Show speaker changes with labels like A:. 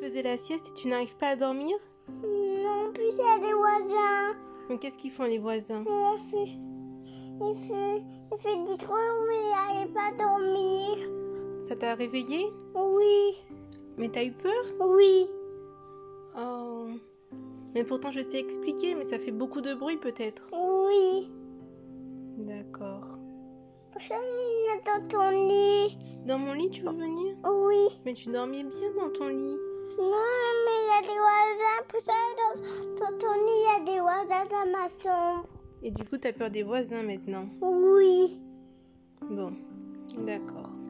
A: faisais la sieste et tu n'arrives pas à dormir
B: Non plus, il y a des voisins.
A: Mais qu'est-ce qu'ils font les voisins
B: Il fait, il fait, il fait du trop long, mais j'arrive pas à dormir.
A: Ça t'a réveillé
B: Oui,
A: Mais t'as eu peur
B: oui.
A: Oh. Mais pourtant je t'ai expliqué, mais ça fait beaucoup de bruit peut-être.
B: Oui.
A: D'accord.
B: Personne n'est dans ton lit.
A: Dans mon lit, tu veux venir
B: Oui.
A: Mais tu dormais bien dans ton lit.
B: Non, mais il y a des voisins. Pour ça, dans, dans ton lit, il y a des voisins dans ma chambre.
A: Et du coup, t'as peur des voisins maintenant.
B: Oui.
A: Bon, d'accord.